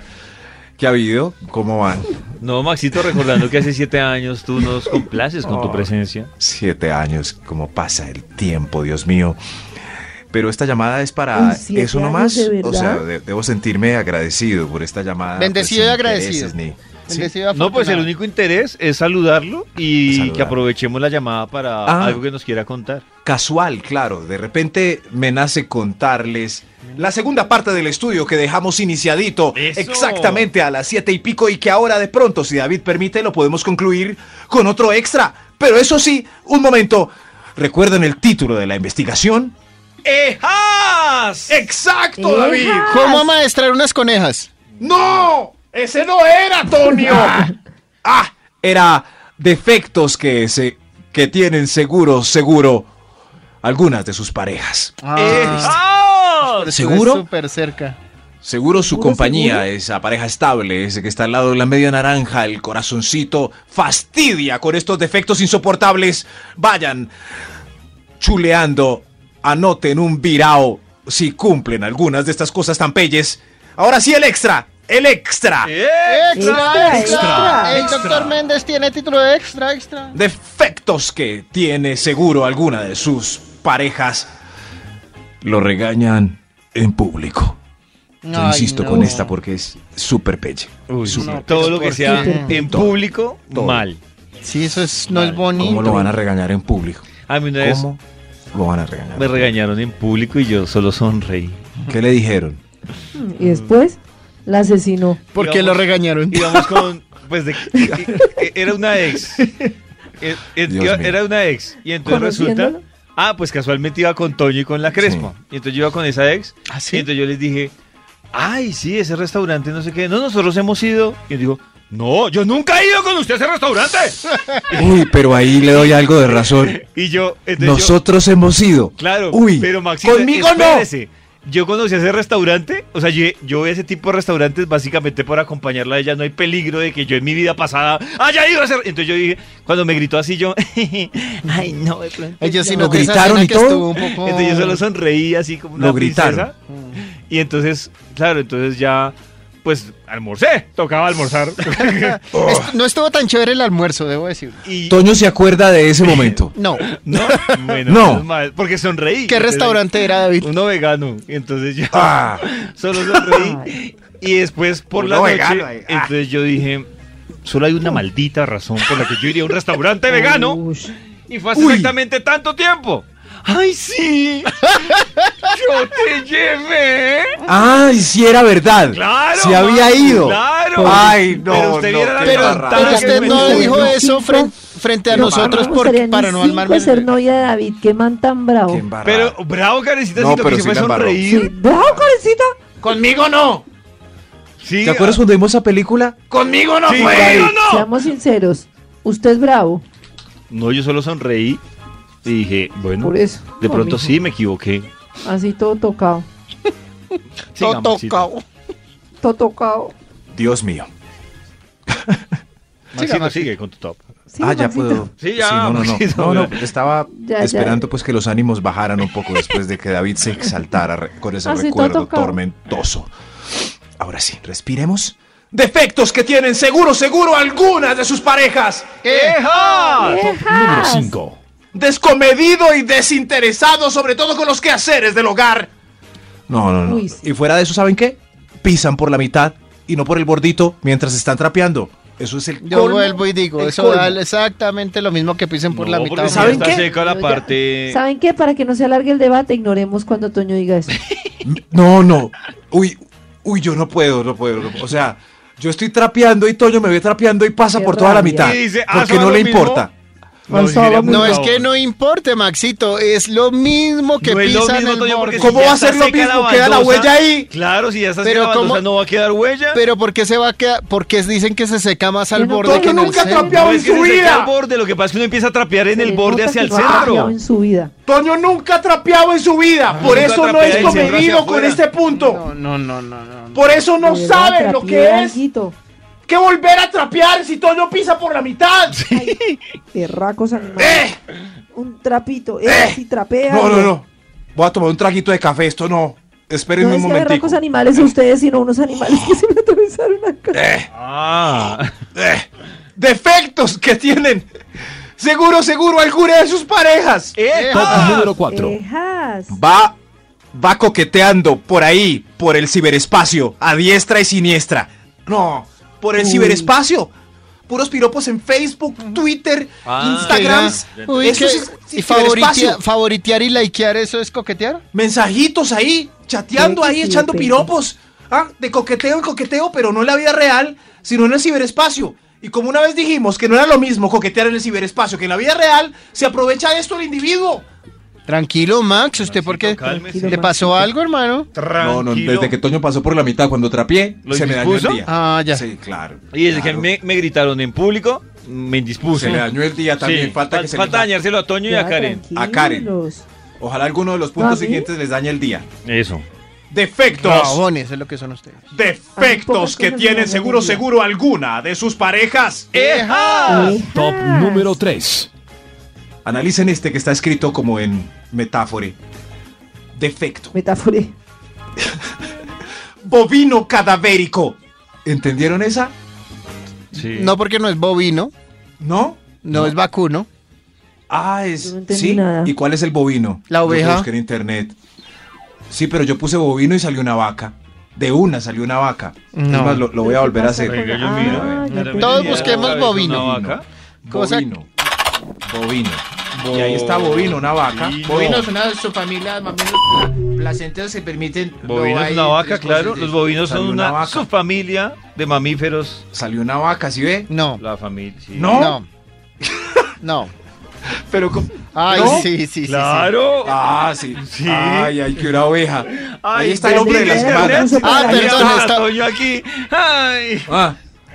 Speaker 6: ¿Qué ha habido? ¿Cómo van?
Speaker 3: no, Maxito, recordando que hace siete años tú nos complaces con tu presencia.
Speaker 6: Siete años, cómo pasa el tiempo, Dios mío. Pero esta llamada es para
Speaker 5: Uy, siete
Speaker 6: eso
Speaker 5: años,
Speaker 6: nomás.
Speaker 5: ¿de
Speaker 6: o sea,
Speaker 5: verdad?
Speaker 6: de- debo sentirme agradecido por esta llamada. pues,
Speaker 4: Bendecido
Speaker 6: sin
Speaker 4: y agradecido.
Speaker 6: intereses ni- Sí.
Speaker 4: Bendecido
Speaker 3: No, pues el
Speaker 4: afortunado.
Speaker 3: único interés es saludarlo y
Speaker 6: Saludar.
Speaker 3: que aprovechemos la llamada para
Speaker 6: Ah.
Speaker 3: algo que nos quiera contar.
Speaker 6: Casual, claro. De repente me nace contarles
Speaker 7: La segunda parte del estudio que dejamos iniciadito
Speaker 3: Eso.
Speaker 7: exactamente a las siete y pico y que ahora de pronto, si David permite, lo podemos concluir con otro extra. Pero eso sí, un momento. ¿Recuerdan el título de la investigación?
Speaker 3: ¡Ah!
Speaker 7: ¡Ejas!
Speaker 3: Eh.
Speaker 7: ¡Exacto,
Speaker 5: ¡Ejas!
Speaker 7: David!
Speaker 4: ¿Cómo amaestrar unas conejas?
Speaker 7: ¡No! ¡Ese no era, Antonio! ¡Ah!
Speaker 6: era defectos que, se, que tienen seguro, seguro, algunas de sus parejas.
Speaker 3: Ah.
Speaker 6: ¿Seguro?
Speaker 4: Estuve Súper cerca.
Speaker 6: Seguro su
Speaker 5: ¿Seguro,
Speaker 6: compañía,
Speaker 5: seguro?
Speaker 6: esa pareja estable, ese que está al lado de la media naranja, el corazoncito, fastidia con estos defectos insoportables. Vayan chuleando, anoten un virao si cumplen algunas de estas cosas tan pelles. Ahora sí el extra, el extra.
Speaker 5: Extra, extra.
Speaker 4: El doctor Méndez tiene título de extra, extra.
Speaker 6: defectos que tiene seguro alguna de sus parejas, lo regañan en público. Yo
Speaker 4: Ay,
Speaker 6: insisto
Speaker 4: no.
Speaker 6: con esta porque es súper peche.
Speaker 3: Uy, sí.
Speaker 4: no,
Speaker 3: todo
Speaker 4: pero
Speaker 3: lo que
Speaker 4: ¿por
Speaker 3: sea
Speaker 5: qué?
Speaker 3: en público,
Speaker 6: Todo.
Speaker 3: mal.
Speaker 4: Sí, eso es, no es
Speaker 6: ¿Cómo
Speaker 4: bonito.
Speaker 6: lo van a regañar en público?
Speaker 3: A mí una vez
Speaker 6: ¿Cómo pues, lo van a regañar?
Speaker 3: me regañaron en público y yo solo sonreí.
Speaker 6: ¿Qué le dijeron?
Speaker 5: Y después la asesinó.
Speaker 4: ¿Por qué lo regañaron?
Speaker 3: Íbamos con, pues, de- e- e- era una ex. E- e-
Speaker 6: Dios
Speaker 3: iba-
Speaker 6: mío.
Speaker 3: era una ex. Y entonces resulta,
Speaker 5: ¿Conociéndolo?
Speaker 3: ah, pues casualmente iba con Toño y con la Crespo. Y entonces yo iba con esa ex.
Speaker 4: ¿Ah,
Speaker 3: Y entonces yo les dije, ay, sí, ese restaurante, no sé qué. No, nosotros hemos ido. Y él dijo, no, yo nunca he ido con usted a ese restaurante.
Speaker 6: Uy, pero ahí le doy algo de razón.
Speaker 3: Y (laughs) yo, entonces yo-
Speaker 6: Nosotros hemos ido.
Speaker 3: Claro,
Speaker 6: Uy,
Speaker 3: pero Maxito,
Speaker 6: conmigo
Speaker 3: espérese. Yo conocí ese restaurante, o sea, yo, yo voy a ese tipo de restaurantes básicamente por acompañarla a ella. No hay peligro de que yo en mi vida pasada haya ido a hacer. Entonces yo dije, cuando me gritó así, yo, (laughs) ay, no, de pronto.
Speaker 4: (laughs) Ellos sí
Speaker 6: ¿Lo
Speaker 4: no
Speaker 6: gritaron y todo?
Speaker 4: Estuvo un poco...
Speaker 3: (laughs) Entonces yo solo sonreí así como una
Speaker 6: Lo gritaron.
Speaker 3: princesa. Y entonces, claro, entonces ya, pues almorcé, tocaba almorzar. (laughs)
Speaker 4: Est- no estuvo tan chévere el almuerzo, debo decir.
Speaker 3: y,
Speaker 6: no. Toño se acuerda de
Speaker 3: (laughs)
Speaker 6: ese momento.
Speaker 4: No.
Speaker 3: no,
Speaker 6: (laughs)
Speaker 3: bueno,
Speaker 6: No.
Speaker 3: menos mal, porque sonreí.
Speaker 4: ¿Qué
Speaker 3: Entonces,
Speaker 4: restaurante era,
Speaker 3: (laughs)
Speaker 4: David?
Speaker 3: Uno vegano. Y entonces yo.
Speaker 6: Ah,
Speaker 3: (laughs) Solo sonreí. y después por la
Speaker 7: Uno
Speaker 3: noche.
Speaker 7: vegano ahí. Ah.
Speaker 3: Entonces yo dije. Solo hay una maldita razón por la que yo iría a un restaurante vegano.
Speaker 5: Ush.
Speaker 3: Y fue hace exactamente tanto tiempo. ¡Ay, sí! ¡Yo te llevé!
Speaker 6: ah, y si era verdad.
Speaker 3: ¡Claro!
Speaker 6: Si había
Speaker 3: Max,
Speaker 6: ido.
Speaker 3: ¡Claro!
Speaker 7: Ay, no,
Speaker 3: Pero usted
Speaker 7: no,
Speaker 3: viera la
Speaker 7: qué
Speaker 4: Pero,
Speaker 3: levantada
Speaker 7: barra.
Speaker 4: pero
Speaker 3: que
Speaker 4: usted
Speaker 3: me
Speaker 4: no
Speaker 3: hizo.
Speaker 4: dijo eso
Speaker 5: Cinco.
Speaker 4: fren- frente a
Speaker 5: No,
Speaker 4: nosotros
Speaker 5: me
Speaker 4: por-
Speaker 5: gustaría ni
Speaker 4: para no
Speaker 5: cinco
Speaker 4: armarme.
Speaker 5: ser novia de David, qué man tan bravo.
Speaker 6: Qué embarrada.
Speaker 3: Pero, bravo, carecita,
Speaker 6: No,
Speaker 3: si lo
Speaker 6: pero
Speaker 3: que se
Speaker 6: sí
Speaker 3: fue
Speaker 6: la embarró.
Speaker 5: Sí,
Speaker 3: sonreír.
Speaker 5: bravo, carecita.
Speaker 10: ¡Conmigo no!
Speaker 6: ¿Te acuerdas cuando vimos esa película?
Speaker 9: Conmigo no
Speaker 3: Sí,
Speaker 9: fue.
Speaker 3: conmigo
Speaker 5: Seamos sinceros, usted es bravo.
Speaker 3: No, yo solo sonreí y dije, bueno,
Speaker 5: Por eso.
Speaker 3: de
Speaker 5: No,
Speaker 3: pronto
Speaker 5: mijo.
Speaker 3: sí me equivoqué.
Speaker 5: Así todo tocado.
Speaker 3: Sigamos, Maxito.
Speaker 5: Todo tocado.
Speaker 6: Dios mío.
Speaker 3: Maxito, sigue con tu top.
Speaker 5: Sí,
Speaker 6: ah, ya
Speaker 5: Maxito.
Speaker 6: puedo.
Speaker 3: Sí, ya,
Speaker 6: no, no, no.
Speaker 3: Maxito.
Speaker 6: No, no, Estaba
Speaker 5: (laughs) Ya, ya.
Speaker 6: esperando pues que los ánimos bajaran un poco después de que David se exaltara re- con ese
Speaker 5: Ah, sí, todo
Speaker 6: recuerdo
Speaker 5: tocado.
Speaker 6: tormentoso. Ahora sí, respiremos.
Speaker 7: Defectos que tienen seguro, seguro algunas de sus parejas.
Speaker 3: ¡Eja!
Speaker 8: Número 5.
Speaker 7: Descomedido y desinteresado, sobre todo con los quehaceres del hogar.
Speaker 6: No, no, no.
Speaker 5: Uy, sí.
Speaker 6: Y fuera de eso, ¿saben qué? Pisan por la mitad y no por el bordito mientras están trapeando. Eso es el
Speaker 4: Yo
Speaker 6: colmo,
Speaker 4: vuelvo y digo,
Speaker 6: el
Speaker 4: eso
Speaker 6: colmo.
Speaker 4: da exactamente lo mismo que pisen por la
Speaker 3: No,
Speaker 4: mitad.
Speaker 3: porque si
Speaker 7: ¿Saben
Speaker 3: está
Speaker 7: qué?
Speaker 3: seca la
Speaker 5: Yo ya-
Speaker 3: parte...
Speaker 5: ¿Saben qué? Para que no se alargue el debate, ignoremos cuando Toño diga eso.
Speaker 6: No, no. Uy, uy, yo no puedo, no puedo. no- O sea, yo estoy trapeando y Toño me ve trapeando y pasa
Speaker 5: Qué
Speaker 6: por toda la
Speaker 5: rabia.
Speaker 6: mitad.
Speaker 3: Y dice, ah,
Speaker 6: porque
Speaker 3: ¿son lo
Speaker 6: no le
Speaker 3: mismo?
Speaker 6: importa.
Speaker 5: No,
Speaker 3: diría
Speaker 5: solo-
Speaker 3: muy
Speaker 4: No es
Speaker 3: bravo.
Speaker 4: que no importe, Maxito, es lo mismo que
Speaker 3: No es lo
Speaker 4: pisan
Speaker 3: mismo,
Speaker 4: el
Speaker 3: Toño, porque si
Speaker 4: borde.
Speaker 7: ¿Cómo
Speaker 3: ya
Speaker 7: va a
Speaker 3: está
Speaker 7: ser lo
Speaker 3: seca
Speaker 7: mismo? Queda la
Speaker 3: baldosa,
Speaker 7: huella ahí.
Speaker 3: Claro, si ya está seca
Speaker 4: Pero
Speaker 3: la
Speaker 4: ¿cómo-
Speaker 3: baldosa, no va a quedar huella.
Speaker 4: Pero ¿por qué se va a quedar? Porque dicen que se seca más al
Speaker 5: Yo no
Speaker 4: borde
Speaker 5: puedo,
Speaker 4: que en el
Speaker 5: nunca
Speaker 4: centro.
Speaker 7: trapeado
Speaker 3: no
Speaker 7: en
Speaker 3: es
Speaker 7: su
Speaker 3: que se seca
Speaker 7: vida.
Speaker 3: al borde, lo que pasa es que uno empieza a trapear en
Speaker 5: Se
Speaker 3: el
Speaker 5: le
Speaker 3: borde
Speaker 5: nota
Speaker 3: hacia
Speaker 5: que
Speaker 3: el
Speaker 5: no ha cambiado
Speaker 3: centro.
Speaker 5: en su vida.
Speaker 7: Toño nunca ha trapeado en su vida. Por
Speaker 3: Ah, nunca
Speaker 7: eso no
Speaker 3: trapea
Speaker 7: es
Speaker 3: y se entra
Speaker 7: comedido
Speaker 3: hacia
Speaker 7: con
Speaker 3: afuera.
Speaker 7: este punto.
Speaker 4: No, no, no, no, no. no.
Speaker 7: Por eso no
Speaker 5: De verdad,
Speaker 7: sabe lo
Speaker 5: trapié
Speaker 7: que es
Speaker 5: alguito.
Speaker 7: que volver a trapear si Toño pisa por la mitad.
Speaker 5: Perracos animales.
Speaker 7: ¡Eh!
Speaker 5: Un trapito. Eh, si trapea.
Speaker 6: No, no, no. Voy a tomar un traguito de café, esto no.
Speaker 5: No
Speaker 6: Espérenme un
Speaker 5: es que
Speaker 6: momentico.
Speaker 5: berracos animales a ustedes, sino unos animales que se me atravesaron acá.
Speaker 3: Ah,
Speaker 6: Eh,
Speaker 7: Defectos que tienen. Seguro, seguro, alguna de sus parejas.
Speaker 6: ¿Eh?
Speaker 8: Top número 4.
Speaker 5: Ejas.
Speaker 6: va, va coqueteando por ahí, por el ciberespacio, a diestra y siniestra. No,
Speaker 7: Por el
Speaker 5: Uy.
Speaker 7: ciberespacio. Puros piropos en Facebook, Twitter,
Speaker 3: Ah,
Speaker 7: Instagram.
Speaker 4: Que la- Uy,
Speaker 7: Eso
Speaker 4: que-
Speaker 7: es-
Speaker 4: y
Speaker 7: es ciberespacio.
Speaker 4: favoritea- favoritear y likear, ¿eso es coquetear?
Speaker 7: mensajitos ahí, chateando
Speaker 5: Sí,
Speaker 7: ahí,
Speaker 5: sí,
Speaker 7: echando
Speaker 5: Pepe.
Speaker 7: piropos. Ah, de coqueteo en coqueteo, pero no en la vida real, sino en el ciberespacio. Y como una vez dijimos que no era lo mismo coquetear en el ciberespacio que en la vida real, se aprovecha de esto el individuo.
Speaker 4: Tranquilo, Max, ¿usted por qué?
Speaker 3: cálmese.
Speaker 4: ¿Le pasó algo, hermano?
Speaker 6: no, no, desde que Toño pasó por la mitad cuando trapié,
Speaker 3: ¿Lo
Speaker 6: se me dañó el
Speaker 3: indispuso?
Speaker 6: día.
Speaker 4: Ah, ya.
Speaker 6: Sí, claro.
Speaker 3: Y desde
Speaker 6: claro.
Speaker 3: que me, me gritaron en público, me indispuse.
Speaker 6: Se le dañó el día también.
Speaker 3: Sí,
Speaker 6: Falta
Speaker 3: fal-
Speaker 6: que se
Speaker 3: falta
Speaker 6: le...
Speaker 3: dañárselo a Toño y a
Speaker 5: Ya,
Speaker 3: Karen.
Speaker 6: A Karen.
Speaker 5: tranquilos.
Speaker 6: Ojalá alguno de los
Speaker 5: ¿A mí?
Speaker 6: puntos siguientes les dañe el día.
Speaker 3: Eso.
Speaker 7: Defectos.
Speaker 4: Rabones es lo que son ustedes.
Speaker 7: Defectos
Speaker 5: pocas
Speaker 7: que
Speaker 5: cosas
Speaker 7: tienen
Speaker 5: buenas
Speaker 7: seguro,
Speaker 5: del día.
Speaker 7: seguro alguna de sus parejas.
Speaker 6: Eh,
Speaker 5: Ejas.
Speaker 8: Top número 3.
Speaker 6: Analicen este que está escrito como en metáfora. Defecto.
Speaker 5: Metáfora.
Speaker 7: Bovino cadavérico.
Speaker 6: ¿Entendieron esa?
Speaker 3: Sí.
Speaker 4: No porque no es bovino,
Speaker 6: ¿No?
Speaker 4: no, es vacuno.
Speaker 6: Ah, es.
Speaker 5: Yo no entendí
Speaker 6: ¿Sí?
Speaker 5: nada.
Speaker 6: ¿Y cuál es el bovino?
Speaker 4: La
Speaker 6: Yo que
Speaker 4: oveja.
Speaker 6: busqué en internet. Sí, pero yo puse bovino y salió una vaca. De una salió una vaca.
Speaker 4: No.
Speaker 6: Es más, lo, lo voy a volver a hacer.
Speaker 3: Venga, yo
Speaker 5: Ah,
Speaker 3: miro.
Speaker 5: ya
Speaker 3: Mira,
Speaker 5: entendí.
Speaker 4: Todos
Speaker 3: pues, mira,
Speaker 4: busquemos
Speaker 3: otra vez
Speaker 4: bovino.
Speaker 3: una vaca.
Speaker 4: Cosa-
Speaker 6: Bovino. Bovino. Y ahí está bovino, una vaca.
Speaker 3: Bovino.
Speaker 9: Bovino es una de sus familias más o menos placenteras que permiten.
Speaker 3: Bovino es una vaca, claro. Los bovinos son
Speaker 6: Salió una
Speaker 3: una,
Speaker 6: vaca.
Speaker 3: subfamilia de mamíferos.
Speaker 6: Salió una vaca, ¿sí ve?
Speaker 4: No,
Speaker 3: La familia. sí.
Speaker 6: No.
Speaker 4: no. No.
Speaker 6: Pero como-
Speaker 4: Ay,
Speaker 6: ¿No?
Speaker 4: sí, sí, sí, sí.
Speaker 3: Claro.
Speaker 6: Ah, sí.
Speaker 3: Sí.
Speaker 6: Ay, ay, que una oveja. ahí está el
Speaker 5: bendito
Speaker 6: hombre de la
Speaker 5: internet.
Speaker 6: semana.
Speaker 4: Ah,
Speaker 3: Ahí
Speaker 4: perdón,
Speaker 3: está,
Speaker 4: está-
Speaker 3: Toño aquí. Ay.
Speaker 6: Ah,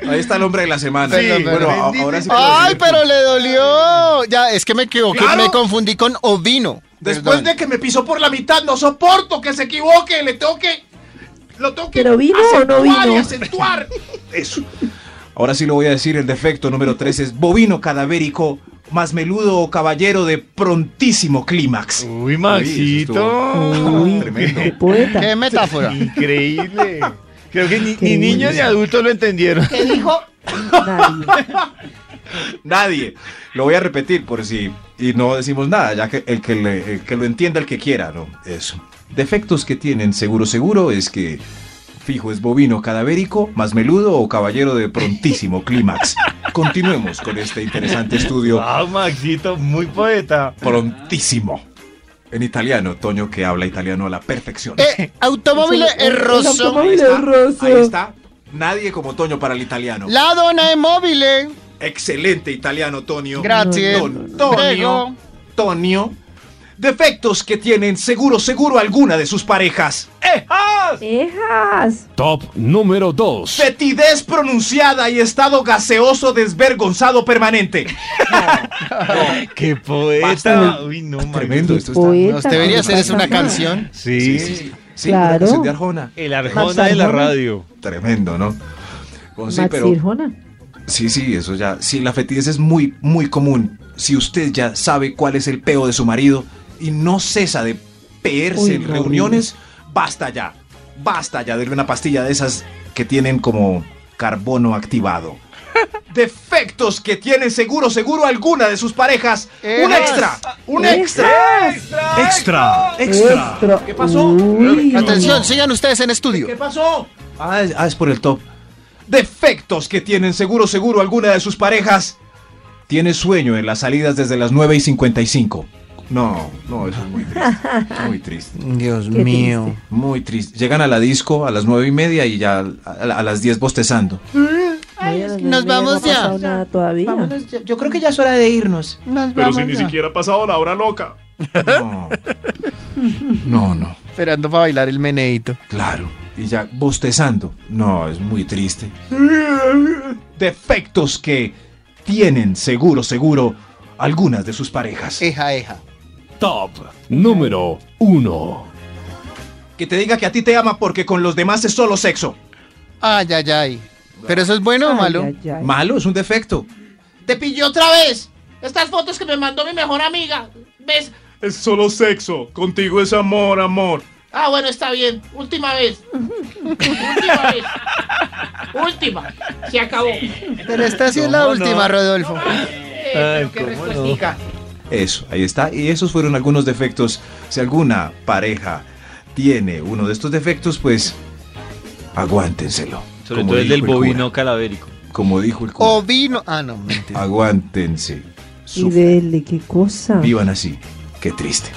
Speaker 6: ahí está el hombre de la semana.
Speaker 4: Sí,
Speaker 6: bueno, a-
Speaker 3: bendito
Speaker 6: ahora sí. puedo
Speaker 4: Ay,
Speaker 6: decir-
Speaker 4: pero le dolió. Ya, es que me equivoqué,
Speaker 7: Claro.
Speaker 4: me confundí con ovino.
Speaker 7: Después
Speaker 4: Perdón.
Speaker 7: de que me pisó por la mitad, no soporto que se equivoque, le toque. Lo toque.
Speaker 5: ¿Pero vino o no
Speaker 7: acentuar
Speaker 5: vino?
Speaker 7: y acentuar. Eso.
Speaker 6: Ahora sí lo voy a decir, el defecto número 3 es bovino cadavérico, más meludo o caballero de prontísimo clímax.
Speaker 3: Uy,
Speaker 6: Maxito.
Speaker 3: Maxito.
Speaker 5: Uy,
Speaker 6: Tremendo.
Speaker 5: qué poeta.
Speaker 6: eh,
Speaker 4: Qué metáfora.
Speaker 3: Increíble. Creo que ni,
Speaker 5: Qué
Speaker 3: ni niños
Speaker 5: bueno.
Speaker 3: ni adultos lo entendieron.
Speaker 9: ¿Qué dijo?
Speaker 6: (laughs)
Speaker 5: Nadie.
Speaker 6: Nadie. Lo voy a repetir por si y no decimos nada, ya que el que, le- el que lo entienda, el que quiera, ¿no? Eso. Defectos que tienen, seguro, seguro, es que fijo es bovino cadavérico, más meludo o caballero de prontísimo clímax. Continuemos con este interesante estudio.
Speaker 3: Wow, Ah, Maxito, muy poeta.
Speaker 6: Prontísimo. En italiano, Toño que habla italiano a la perfección.
Speaker 4: Eh, automóvil
Speaker 5: El- el
Speaker 4: erroso.
Speaker 5: automóvil erroso.
Speaker 6: Ahí está. Nadie como Toño para el italiano.
Speaker 4: La dona es móvil.
Speaker 6: Excelente italiano, Tonio.
Speaker 4: Gracias.
Speaker 6: Don Tonio. Tonio.
Speaker 7: Defectos que tienen seguro, seguro alguna de sus parejas. ¡Ejas!
Speaker 5: ¡Ejas!
Speaker 8: (laughs) Top número 2.
Speaker 7: Fetidez pronunciada y estado gaseoso desvergonzado permanente.
Speaker 3: ¡Qué
Speaker 7: Basta.
Speaker 3: poeta! Uy, no, Mario.
Speaker 6: Tremendo esto está.
Speaker 5: Poeta,
Speaker 4: Nos debería hacer es una
Speaker 5: Arjona.
Speaker 4: canción.
Speaker 3: Sí,
Speaker 6: Sí, una
Speaker 5: Claro.
Speaker 6: canción de Arjona.
Speaker 3: el Arjona de la
Speaker 5: Arjona.
Speaker 3: radio.
Speaker 6: Tremendo, ¿no? Bueno, sí,
Speaker 5: Max
Speaker 6: pero
Speaker 5: Arjona.
Speaker 6: sí, sí, eso ya. Sí, la fetidez es muy, muy común. Si usted ya sabe cuál es el peo de su marido y no cesa de peerse
Speaker 5: Uy,
Speaker 6: en
Speaker 5: no,
Speaker 6: reuniones, basta ya. Basta ya de una pastilla de esas que tienen como
Speaker 5: (laughs)
Speaker 6: carbono activado.
Speaker 7: Defectos que tienen seguro, seguro alguna de sus parejas. Un
Speaker 4: Ejas.
Speaker 7: extra. Un
Speaker 5: Ejas.
Speaker 7: extra.
Speaker 2: Extra, extra.
Speaker 5: Extra.
Speaker 7: ¿Qué pasó?
Speaker 5: Uy.
Speaker 4: Atención, sigan ustedes en
Speaker 7: ¿Qué
Speaker 4: estudio.
Speaker 7: pasó? Ah, es- ah, es por el top. Defectos que tienen seguro, seguro alguna de sus parejas. Tiene sueño en las salidas desde las 9 y 55.
Speaker 6: No, no, eso es muy triste. Muy triste.
Speaker 7: Dios
Speaker 5: Qué mío. triste.
Speaker 6: Muy triste. Llegan a la disco a las nueve y media y ya a, a- a las
Speaker 8: (laughs)
Speaker 6: 10 bostezando.
Speaker 5: Ay, Dios mío,
Speaker 4: Nos
Speaker 5: no
Speaker 4: vamos
Speaker 5: ha pasado
Speaker 4: ya.
Speaker 5: nada todavía.
Speaker 10: Vámonos, ya- yo creo que ya es hora de irnos. Nos vamos ya.
Speaker 8: ha pasado la hora loca.
Speaker 6: No. No, no.
Speaker 4: Esperando para bailar el meneito.
Speaker 6: Claro. Y ya bostezando. No, es muy triste.
Speaker 7: Defectos que tienen seguro, seguro algunas de sus parejas.
Speaker 6: Eh.
Speaker 4: Eja, eja.
Speaker 8: Top número 1.
Speaker 7: Que te diga que a ti te ama porque con los demás es solo sexo.
Speaker 4: Ay, ay, ay. ¿Pero eso es bueno o
Speaker 5: Ay,
Speaker 4: malo?
Speaker 5: ay, ay.
Speaker 6: Malo, es un defecto.
Speaker 9: Te pilló otra vez. Estas fotos que me mandó mi mejor amiga. ¿Ves?
Speaker 8: Es solo sexo. Contigo es amor, amor.
Speaker 9: Ah, bueno, está bien. Última vez. Última vez. Última. Se acabó.
Speaker 4: Pero esta sí es la
Speaker 3: ¿Cómo no?
Speaker 4: última, Rodolfo.
Speaker 9: Eh,
Speaker 3: Ay,
Speaker 9: pero qué
Speaker 3: cómo no.
Speaker 9: respuestica.
Speaker 6: Eso, ahí está. Y esos fueron algunos defectos. Si alguna pareja tiene uno de estos defectos, pues aguántenselo.
Speaker 3: Sobre
Speaker 6: Como
Speaker 3: todo el
Speaker 6: dijo
Speaker 3: del
Speaker 6: cura.
Speaker 3: bovino calavérico.
Speaker 6: Como dijo el cura.
Speaker 4: O vino. Ah, no, mentira.
Speaker 6: Aguántense.
Speaker 5: Y
Speaker 6: Sufran.
Speaker 5: dele, qué cosa.
Speaker 6: Vivan así. Qué triste.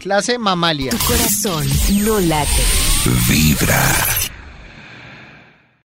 Speaker 4: Clase mamalia.
Speaker 1: Tu corazón no late.